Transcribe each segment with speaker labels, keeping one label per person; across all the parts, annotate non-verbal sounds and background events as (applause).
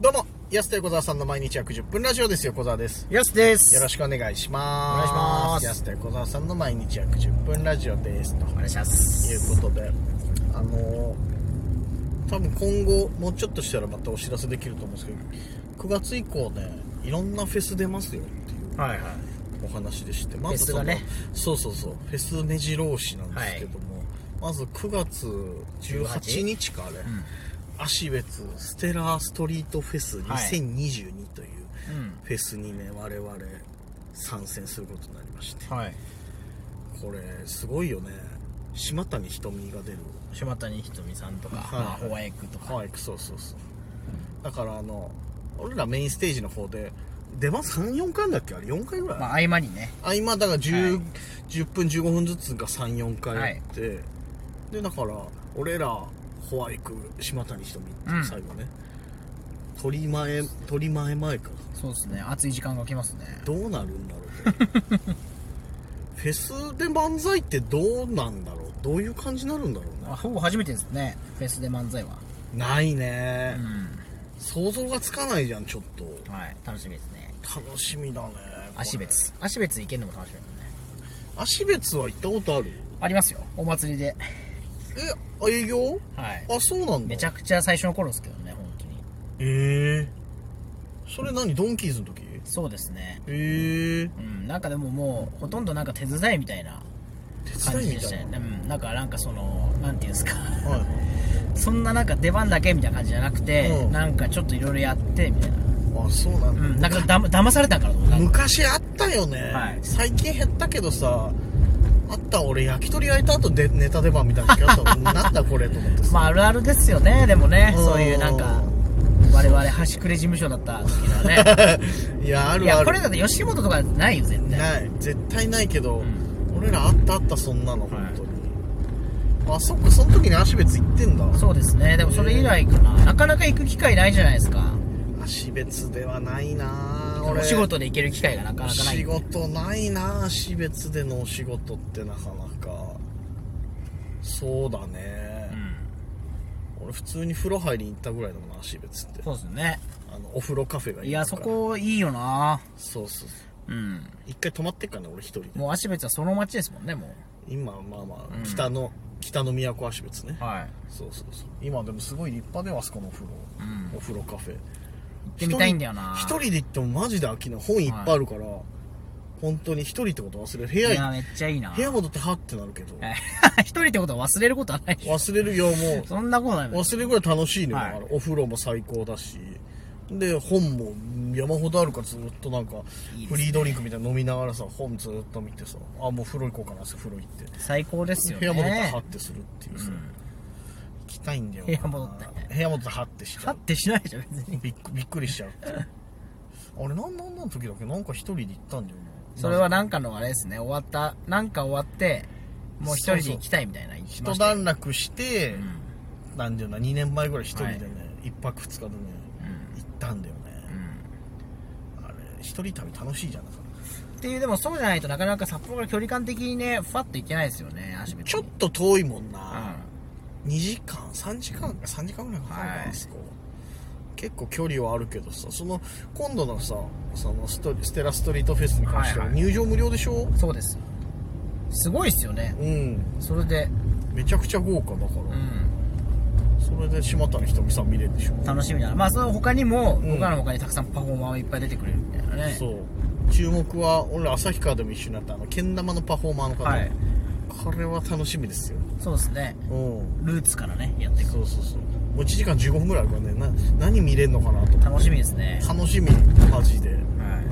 Speaker 1: どうも、安田横澤さんの毎日約10分ラジオです。横澤です。
Speaker 2: やすです
Speaker 1: よろしくお願いします。
Speaker 2: お願いします
Speaker 1: 安田横澤さんの毎日約10分ラジオです。と
Speaker 2: お願いします
Speaker 1: いうことで、あのー多分今後、もうちょっとしたらまたお知らせできると思うんですけど、9月以降ね、いろんなフェス出ますよっていう
Speaker 2: はいはい
Speaker 1: お話でして、ま
Speaker 2: フェスがね
Speaker 1: その、そうそうそう、フェス目白押しなんですけども、まず9月18日かあれ、芦別ステラストリートフェス2022という
Speaker 2: うん
Speaker 1: フェスにね、我々参戦することになりまして、
Speaker 2: はい
Speaker 1: これすごいよね、島谷ひとみが出る。
Speaker 2: 島谷ひとみさんとか、
Speaker 1: はい
Speaker 2: まあ、ホワイクとか、
Speaker 1: はい、そうそうそう。だからあの、俺らメインステージの方で、出番3、4回だっけあれ4回ぐらい、
Speaker 2: まあ合間にね
Speaker 1: あ今だから 10,、
Speaker 2: はい
Speaker 1: 10分15分ずつが34回やって、でだから俺らホワイク島谷ひとみって
Speaker 2: うん
Speaker 1: 最後ね、取り前取り前前か
Speaker 2: そうですね暑い時間が来ますね
Speaker 1: どうなるんだろうね
Speaker 2: (laughs)
Speaker 1: フェスで漫才ってどうなんだろうどういう感じになるんだろう
Speaker 2: あ
Speaker 1: ね
Speaker 2: ほぼ初めてですねフェスで漫才は
Speaker 1: ないね、
Speaker 2: うん
Speaker 1: 想像がつかないじゃんちょっと
Speaker 2: はい楽しみですね
Speaker 1: 楽しみだね
Speaker 2: 芦別芦別行けるのも楽しみだね
Speaker 1: 足別は行ったことある
Speaker 2: ありますよお祭り
Speaker 1: え
Speaker 2: で
Speaker 1: あ営業
Speaker 2: はい
Speaker 1: あそうなんだ
Speaker 2: めちゃくちゃ最初の頃ですけどね本当に
Speaker 1: ええそれ何ドンキーズの時え
Speaker 2: そうですね
Speaker 1: え
Speaker 2: うんなんかでももうほとんどなんか手伝いみたいな
Speaker 1: 手
Speaker 2: 感
Speaker 1: 伝いみ
Speaker 2: じでしたた
Speaker 1: い
Speaker 2: よ
Speaker 1: な
Speaker 2: ねうんなんかなんかそのなんていうんですか
Speaker 1: はい
Speaker 2: そんななんか出番だけみたいな感じじゃなくて、
Speaker 1: うん
Speaker 2: なんかちょっといろいろやってみたいな、
Speaker 1: あそうなん
Speaker 2: う
Speaker 1: だ、
Speaker 2: ん、なんかだま騙されたんからと思っ
Speaker 1: 昔あったよね、
Speaker 2: はい
Speaker 1: 最近減ったけどさあった俺焼き鳥焼いた後でネタ出番みたいな時あったのなんだこれと思って
Speaker 2: た
Speaker 1: さ、
Speaker 2: (laughs) まああるあるですよねでもね
Speaker 1: うん
Speaker 2: そういうなんか我々端くれ事務所だった時はね
Speaker 1: (laughs) いやあ
Speaker 2: い
Speaker 1: るあ
Speaker 2: や
Speaker 1: る
Speaker 2: これだって吉本とかないよ絶対
Speaker 1: ない絶対ないけど、
Speaker 2: ん
Speaker 1: 俺らあったあったそんなの本当に、あそっかその時に芦別行ってんだ
Speaker 2: そうですねでもそれ以来かななかなか行く機会ないじゃないですか
Speaker 1: 芦別ではないな俺
Speaker 2: お仕事で行ける機会がなかなかない
Speaker 1: 仕事ないな私別でのお仕事ってなかなかそうだね
Speaker 2: う、ん
Speaker 1: 俺普通に風呂入りに行ったぐらいだもんな私別って
Speaker 2: そうですね
Speaker 1: あのお風呂カフェがいい
Speaker 2: いや
Speaker 1: と
Speaker 2: そ
Speaker 1: か
Speaker 2: こいいよな
Speaker 1: そうそうそう
Speaker 2: うん
Speaker 1: 一回泊まってっからね俺一人で
Speaker 2: もう芦別はその町ですもんねも
Speaker 1: 今まあまあ、
Speaker 2: うん
Speaker 1: 北の北の都芦別ね
Speaker 2: うはい
Speaker 1: そうそうそう今でもすごい立派ではあそこのお風呂、
Speaker 2: うん
Speaker 1: お風呂カフェ行って
Speaker 2: みたいんだよな
Speaker 1: 一人で行ってもマジで飽きない本いっぱいあるから、本当に一人ってこと忘れる部
Speaker 2: い
Speaker 1: 屋
Speaker 2: や
Speaker 1: い
Speaker 2: めっちゃいいな
Speaker 1: 部屋戻ってはってなるけど
Speaker 2: え (laughs) 一人ってことは忘れることはないでしょ
Speaker 1: 忘れるよも
Speaker 2: そんなことないも
Speaker 1: うん忘れるぐらい楽しいのよ、
Speaker 2: はい
Speaker 1: あのお風呂も最高だしで本も山ほどあるからずっとなんか
Speaker 2: いいですね
Speaker 1: フリードリンクみたいなの飲みながらさ本ずっと見てさあもう風呂行こうかなって風呂行って
Speaker 2: 最高ですよ
Speaker 1: 部
Speaker 2: ね
Speaker 1: 屋戻ってはってするっていうさ、行きたいんだよな
Speaker 2: 部屋戻って
Speaker 1: 部屋戻ってはってしちゃ
Speaker 2: は
Speaker 1: う
Speaker 2: ってしないでしょ別に
Speaker 1: びっくびっくりし
Speaker 2: (laughs)
Speaker 1: ちゃうっていうあれなんなんなん時だっけなんか一人で行ったんだよな
Speaker 2: それはなんかのあれですね終わったなんか終わってもう一人で行きたいみたいな言ってま
Speaker 1: 一
Speaker 2: したよ
Speaker 1: 段落して、
Speaker 2: うん
Speaker 1: なんだよな2年前ぐらい一人でね、
Speaker 2: はい
Speaker 1: 一泊二日でね行ったんだよね、
Speaker 2: うん
Speaker 1: あれ一人旅楽しいじゃんだから
Speaker 2: っていうでもそうじゃないとなかなか札幌から距離感的にねファッと行けないですよね足
Speaker 1: ちょっと遠いもんな、2時間3時間か3時間ぐらいかかるかな、
Speaker 2: はい
Speaker 1: あそこ結構距離はあるけどさその今度のさそのストリステラストリートフェスに関しては
Speaker 2: はいはい
Speaker 1: 入場無料でしょ、
Speaker 2: うんそうですすごいっすよね
Speaker 1: うん
Speaker 2: それで
Speaker 1: めちゃくちゃ豪華だから、
Speaker 2: うん
Speaker 1: それで島谷ひとみさん見れるでしょ、
Speaker 2: 楽しみだなまあその他にも
Speaker 1: ん
Speaker 2: 僕らの他にたくさんパフォーマーがいっぱい出てくれるみたいなね
Speaker 1: そう注目は俺ら旭川でも一緒になったあのけん玉のパフォーマーの方、
Speaker 2: はい
Speaker 1: これは楽しみですよ
Speaker 2: そうですね
Speaker 1: うん
Speaker 2: ルーツからねやっていく
Speaker 1: そうそうそうもう1時間15分ぐらいあるからねな何見れるのかなと
Speaker 2: 楽しみですね
Speaker 1: 楽しみマジで
Speaker 2: は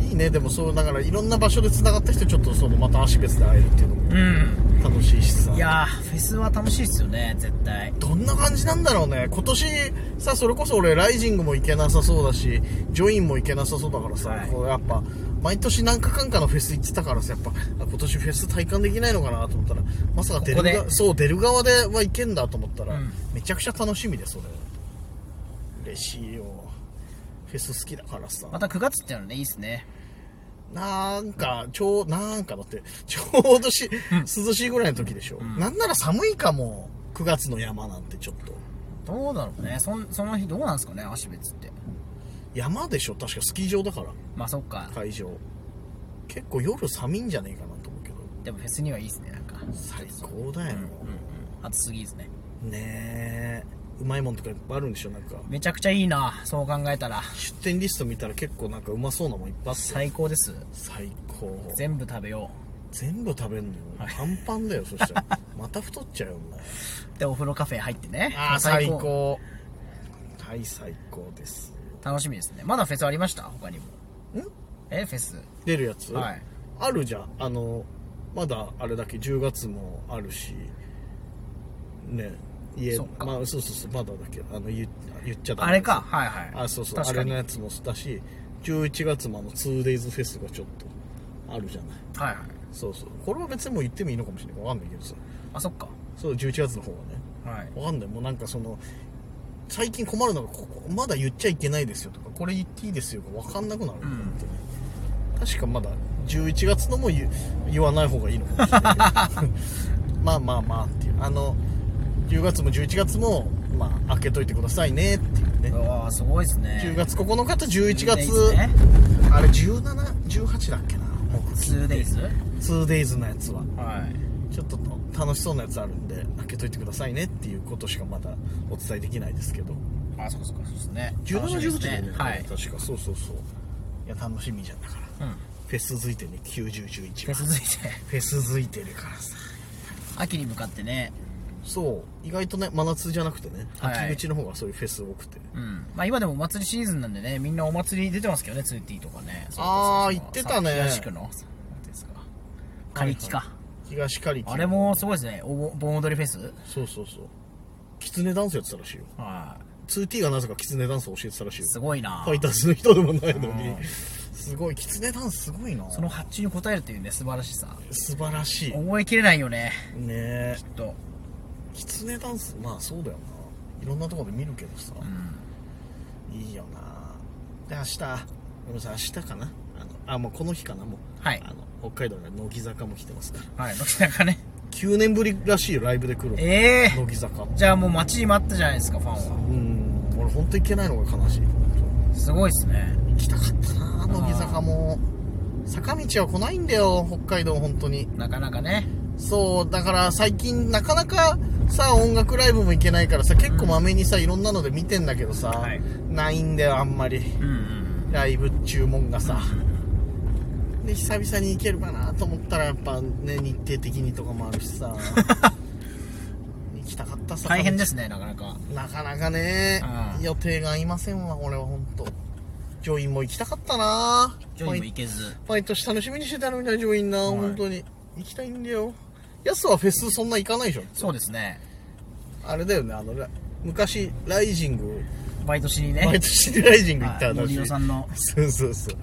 Speaker 2: い
Speaker 1: いねでもそうだからいろんな場所でつながった人ちょっとそのまた足別で会えるっていうのも
Speaker 2: うん
Speaker 1: 楽しいしさ
Speaker 2: いやーフェスは楽しいっすよね絶対
Speaker 1: どんな感じなんだろうね今年さそれこそ俺ライジングも行けなさそうだしジョインも行けなさそうだからさ、
Speaker 2: はい
Speaker 1: こうやっぱ毎年何かかんかのフェス行ってたからさやっぱあ今年フェス体感できないのかなと思ったらまさか出るが
Speaker 2: ここで
Speaker 1: そう出る側では行けんだと思ったら、
Speaker 2: うん
Speaker 1: めちゃくちゃ楽しみでそれ嬉しいよフェス好きだからさ
Speaker 2: また9月ってのはねいいっすね
Speaker 1: なんか、ちょう、なんかだって、ちょうどし、涼しいぐらいの時でしょ。なんなら寒いかも、9月の山なんてちょっと。
Speaker 2: どうだろうねそんその日どうなんですかね芦別って
Speaker 1: 山でしょ確かスキー場だから
Speaker 2: まあそっか
Speaker 1: 会場結構夜寒いんじゃねえかなと思うけど
Speaker 2: でもフェスにはいいですねなんか
Speaker 1: 最高だよ、
Speaker 2: 暑すぎですね
Speaker 1: ねえうまいもんとかいっぱいあるんでしょなんか
Speaker 2: めちゃくちゃいいなそう考えたら
Speaker 1: 出店リスト見たら結構なんかうまそうなもんいっぱいあって
Speaker 2: 最高です
Speaker 1: 最高
Speaker 2: 全部食べよ
Speaker 1: 全部食べんのよ、
Speaker 2: はい
Speaker 1: パンパンだよそした
Speaker 2: (laughs)
Speaker 1: らまた太っちゃうよお前
Speaker 2: うでお風呂カフェ入ってね
Speaker 1: ああ最高はい最高です
Speaker 2: 楽しみですねまだフェスありました他にも
Speaker 1: ん
Speaker 2: えフェス
Speaker 1: 出るやつ、
Speaker 2: はい
Speaker 1: あるじゃんあのまだあれだけ10月もあるしね家
Speaker 2: そっか
Speaker 1: まあそうそうそうまだだけどあの言言っちゃダメ
Speaker 2: あれかはいはい
Speaker 1: あそうそうあ
Speaker 2: 確
Speaker 1: れ
Speaker 2: かに
Speaker 1: の
Speaker 2: はい
Speaker 1: やつもだし11月もあの 2days フェスがちょっとあるじゃない
Speaker 2: はい
Speaker 1: そうそうこれは別にもう言ってもいいのかもしれないわかんないけどさ
Speaker 2: あそっか
Speaker 1: そう11月の方はね
Speaker 2: はい
Speaker 1: わかんないもうなんかその最近困るのがここまだ言っちゃいけないですよとかこれ言っていいですよが分かんなくなる、
Speaker 2: ん
Speaker 1: 本当に確かまだ11月のも言う言わない方がいいのかもしれ
Speaker 2: (laughs)
Speaker 1: ないけどまあまあまあっていうあの10月も11月もまあ開けといてくださいねっていうね
Speaker 2: うわーすごいですね
Speaker 1: 10月9日と11
Speaker 2: 2days
Speaker 1: 月、
Speaker 2: ね
Speaker 1: あれ1718だっけな木金
Speaker 2: 2days
Speaker 1: 2days のやつは
Speaker 2: はい
Speaker 1: ちょっと楽しそうなやつあるんで開けといてくださいねっていうことしかまだお伝えできないですけど
Speaker 2: あそっかそっかそうですね
Speaker 1: 17、
Speaker 2: 楽しみ
Speaker 1: 18
Speaker 2: です
Speaker 1: だよ
Speaker 2: ね
Speaker 1: ね、
Speaker 2: はい
Speaker 1: 確かそうそうそういや楽しみじゃんだから
Speaker 2: うん
Speaker 1: フェス付いてね9011
Speaker 2: で
Speaker 1: は
Speaker 2: 続いて (laughs)
Speaker 1: フェス付いてるからさ
Speaker 2: 秋に向かってね
Speaker 1: そう意外とね真夏じゃなくてね
Speaker 2: はい
Speaker 1: 秋口の方がそういうフェス多くて、
Speaker 2: うんまあ今でもお祭りシーズンなんでねみんなお祭り出てますけどね 2T とかね
Speaker 1: あー
Speaker 2: それこそ
Speaker 1: 行ってたね
Speaker 2: さ東区の何ですかカリキか、
Speaker 1: 東カリキ
Speaker 2: あれもすごいですねお盆盆踊りフェス
Speaker 1: そうそうそうキツネダンスやってたらしいよ
Speaker 2: は
Speaker 1: 2T がなぜかキツネダンスを教えてたらしい
Speaker 2: い
Speaker 1: よ
Speaker 2: すごいな
Speaker 1: ファイターズの人でもないの
Speaker 2: う
Speaker 1: に
Speaker 2: ん
Speaker 1: すごいキツネダンスすごいな
Speaker 2: その発注に応えるっていうね素晴らしさ
Speaker 1: 素晴らしいね
Speaker 2: 覚えきれないよね
Speaker 1: え
Speaker 2: きっと
Speaker 1: キツネダンスまあそうだよないろんなところで見るけどさ、いいよなで明日ごめんなさい明日かなあのあもうこの日かなもう
Speaker 2: はい
Speaker 1: あの北海道で乃木坂も来てますから
Speaker 2: はい (laughs) 軒中ね
Speaker 1: 9年ぶりらしいよライブで来るの
Speaker 2: ええ
Speaker 1: 乃木坂
Speaker 2: じゃあもう待ちに待ったじゃないですかファンは
Speaker 1: うん俺本当行けないのが悲しい
Speaker 2: すごいっすね
Speaker 1: 行きたかったな乃木坂も坂道は来ないんだよ北海道本当に
Speaker 2: なかなかね
Speaker 1: そうだから最近なかなかさ音楽ライブも行けないからさ結構まめにさいろんなので見てんだけどさ、
Speaker 2: はい
Speaker 1: ないんだよあんまり
Speaker 2: うんうん
Speaker 1: ライブ注文がさで久々に行けるかなと思ったらやっぱね日程的にとかもあるし
Speaker 2: (laughs)
Speaker 1: さ行きたかったさ
Speaker 2: 大変ですねなかなか
Speaker 1: なかなかね
Speaker 2: うん
Speaker 1: 予定が合いませんわ俺は本当ジョインも行きたかったな
Speaker 2: ジョイも行けず
Speaker 1: 毎年楽しみにしてたのにな、ジョインな、
Speaker 2: い
Speaker 1: 本当に。行きたいんだよ。やすはフェスそんな行かないでしょ
Speaker 2: そうですね
Speaker 1: あれだよね、あの、ラ昔、ライジング、
Speaker 2: バイトしにね
Speaker 1: 毎年ライジング行った
Speaker 2: はい
Speaker 1: 話
Speaker 2: 森尾さんの
Speaker 1: そうそうそう。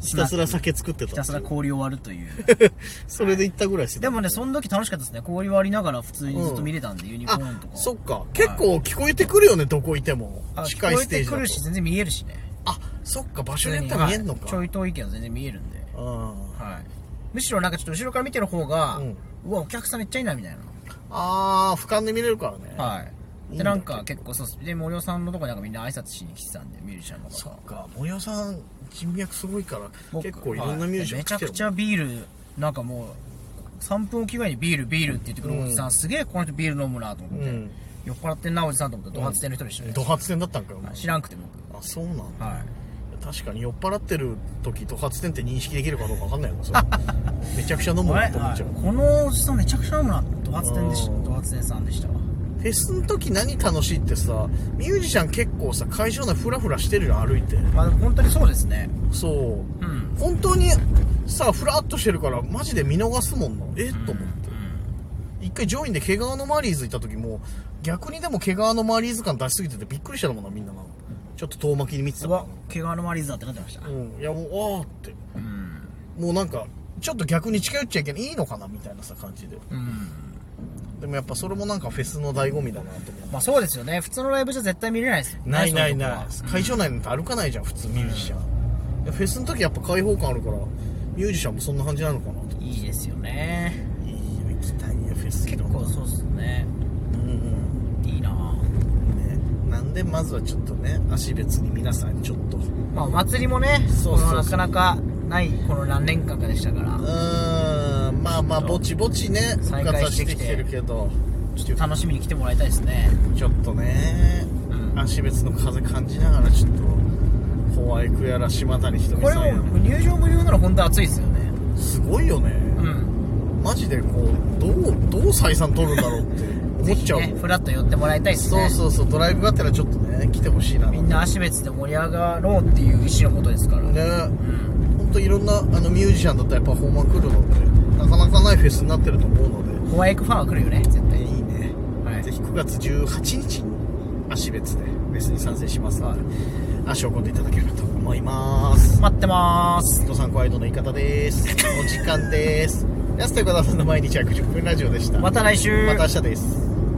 Speaker 1: ひたすら酒作ってた。
Speaker 2: ひたすら氷を割るという
Speaker 1: (laughs) それで行ったぐらいしてた
Speaker 2: でもねその時楽しかったですね氷割りながら普通にずっと見れたんで、ユニコ
Speaker 1: あ
Speaker 2: ーンと、か
Speaker 1: そっか。結構聞こえてくるよね、どこいても
Speaker 2: あ。
Speaker 1: 近いステージ
Speaker 2: 聞こえてくるし
Speaker 1: だと。
Speaker 2: 全然見えるしね
Speaker 1: あ、そっか、場所によっては見えんの
Speaker 2: はいちょ
Speaker 1: か。
Speaker 2: い遠いけど全然見えるんで、
Speaker 1: うん。
Speaker 2: はい、むしろなんかちょっと後ろから見てる方が、
Speaker 1: う
Speaker 2: うんわお客さんめっちゃいいなみたい
Speaker 1: あー、俯瞰で見れるからね。
Speaker 2: なはい
Speaker 1: いいん
Speaker 2: で
Speaker 1: だ
Speaker 2: なんか結構そうっすで森尾さんのとこになんかみんな挨拶しに来てたんでミュージシャンの
Speaker 1: そ
Speaker 2: 方
Speaker 1: っか、森尾さん、人脈すごいから、
Speaker 2: 僕
Speaker 1: 結構いろんなミュージシャン
Speaker 2: はいめちゃくち
Speaker 1: ゃ。
Speaker 2: ゃビールなんかもう3分おきぐらいにビールビールって言ってくるおじさん、すげえこの人ビール飲むなと思って、
Speaker 1: うん
Speaker 2: 酔っ払ってんなおじさんと思ってドハツ店の人でしたね、
Speaker 1: ド発点だったんかよ、お前
Speaker 2: 知らんくて僕
Speaker 1: あそうなんだ
Speaker 2: はい
Speaker 1: 確かに酔っ払ってる時と発点って認識できるかどうか分かんないよなそれめちゃくちゃ飲む
Speaker 2: あ
Speaker 1: な
Speaker 2: れ
Speaker 1: と思っちゃう、
Speaker 2: このおじさんめちゃくちゃ飲むなドハツ店でし
Speaker 1: う
Speaker 2: た
Speaker 1: ん
Speaker 2: ドハツ店さんでしたわ
Speaker 1: フェスの時何楽しいってさミュージシャン結構さ会場内フラフラしてるよ歩いて
Speaker 2: まあでも本当にそうですね
Speaker 1: そう
Speaker 2: うん
Speaker 1: 本当にさフラっとしてるからマジで見逃すもんなえっと思って一回ジョインで毛皮のマリーズ行った時も逆にでも毛皮のマリーズ感出しすぎててびっくりしたもんなみんななちょっと遠巻きに見てた
Speaker 2: う
Speaker 1: か
Speaker 2: わ毛皮のマリーズだってなってました
Speaker 1: らうんいやもうああって
Speaker 2: うん
Speaker 1: もうなんかちょっと逆に近寄っちゃいけないいいのかなみたいなさ感じで
Speaker 2: うん
Speaker 1: でもやっぱそれもなんかフェスの醍醐味だなと思
Speaker 2: まあそうですよね普通のライブじゃ絶対見れないですよ
Speaker 1: う
Speaker 2: ね
Speaker 1: ないない
Speaker 2: そううとこ
Speaker 1: な
Speaker 2: はい
Speaker 1: 会場内なんて歩かないじゃん普通ミュージシャン、でフェスの時やっぱ開放感あるからミュージシャンもそんな感じなのかなと
Speaker 2: いいですよね
Speaker 1: いいよ行きたいよフェス
Speaker 2: 結構そうっすね
Speaker 1: うん
Speaker 2: いいない
Speaker 1: うんねなんでまずはちょっとね足別に皆さんにちょっとう
Speaker 2: まあ、お祭りもね、
Speaker 1: そうそう
Speaker 2: このなかなかない、この何年間かでしたから、
Speaker 1: ーんまあまあぼちぼちね復
Speaker 2: 再
Speaker 1: 活
Speaker 2: 開
Speaker 1: は
Speaker 2: し
Speaker 1: して
Speaker 2: て
Speaker 1: き
Speaker 2: きて
Speaker 1: てるけどちょ
Speaker 2: 楽しみに来てもらいたいですね。
Speaker 1: ちょっとね
Speaker 2: うん
Speaker 1: 足別の風感じながらちょっと怖いくやら島谷ひとみ
Speaker 2: これ
Speaker 1: さんや
Speaker 2: も入場無料なら本当暑いですよね。
Speaker 1: すごいよね、
Speaker 2: うん。
Speaker 1: マジでこうどうどう採算取るんだろうって思っちゃう、
Speaker 2: ぜひね、フラッと寄ってもらいたいです
Speaker 1: そ
Speaker 2: ね。
Speaker 1: うそうそうドライブがてらちょっとね来てほしいな
Speaker 2: みんな足別で盛り上がろうっていう意思のことですから。
Speaker 1: ね
Speaker 2: うん。
Speaker 1: 本当いろんなあのミュージシャンだったらやっぱ本番来るのでなかなかないフェスになってると思うの
Speaker 2: ホワイクファンは来るよね、絶
Speaker 1: で
Speaker 2: 対。
Speaker 1: いいね、
Speaker 2: はい
Speaker 1: ぜひ9月18日に足別でフェスに参戦しますので、足を込んでいただければと思います
Speaker 2: 待ってまーす。
Speaker 1: ドサンコアイドルの言い方ですお時間です安手小田さんの毎日約10分ラジオでした
Speaker 2: また来週。
Speaker 1: また明日です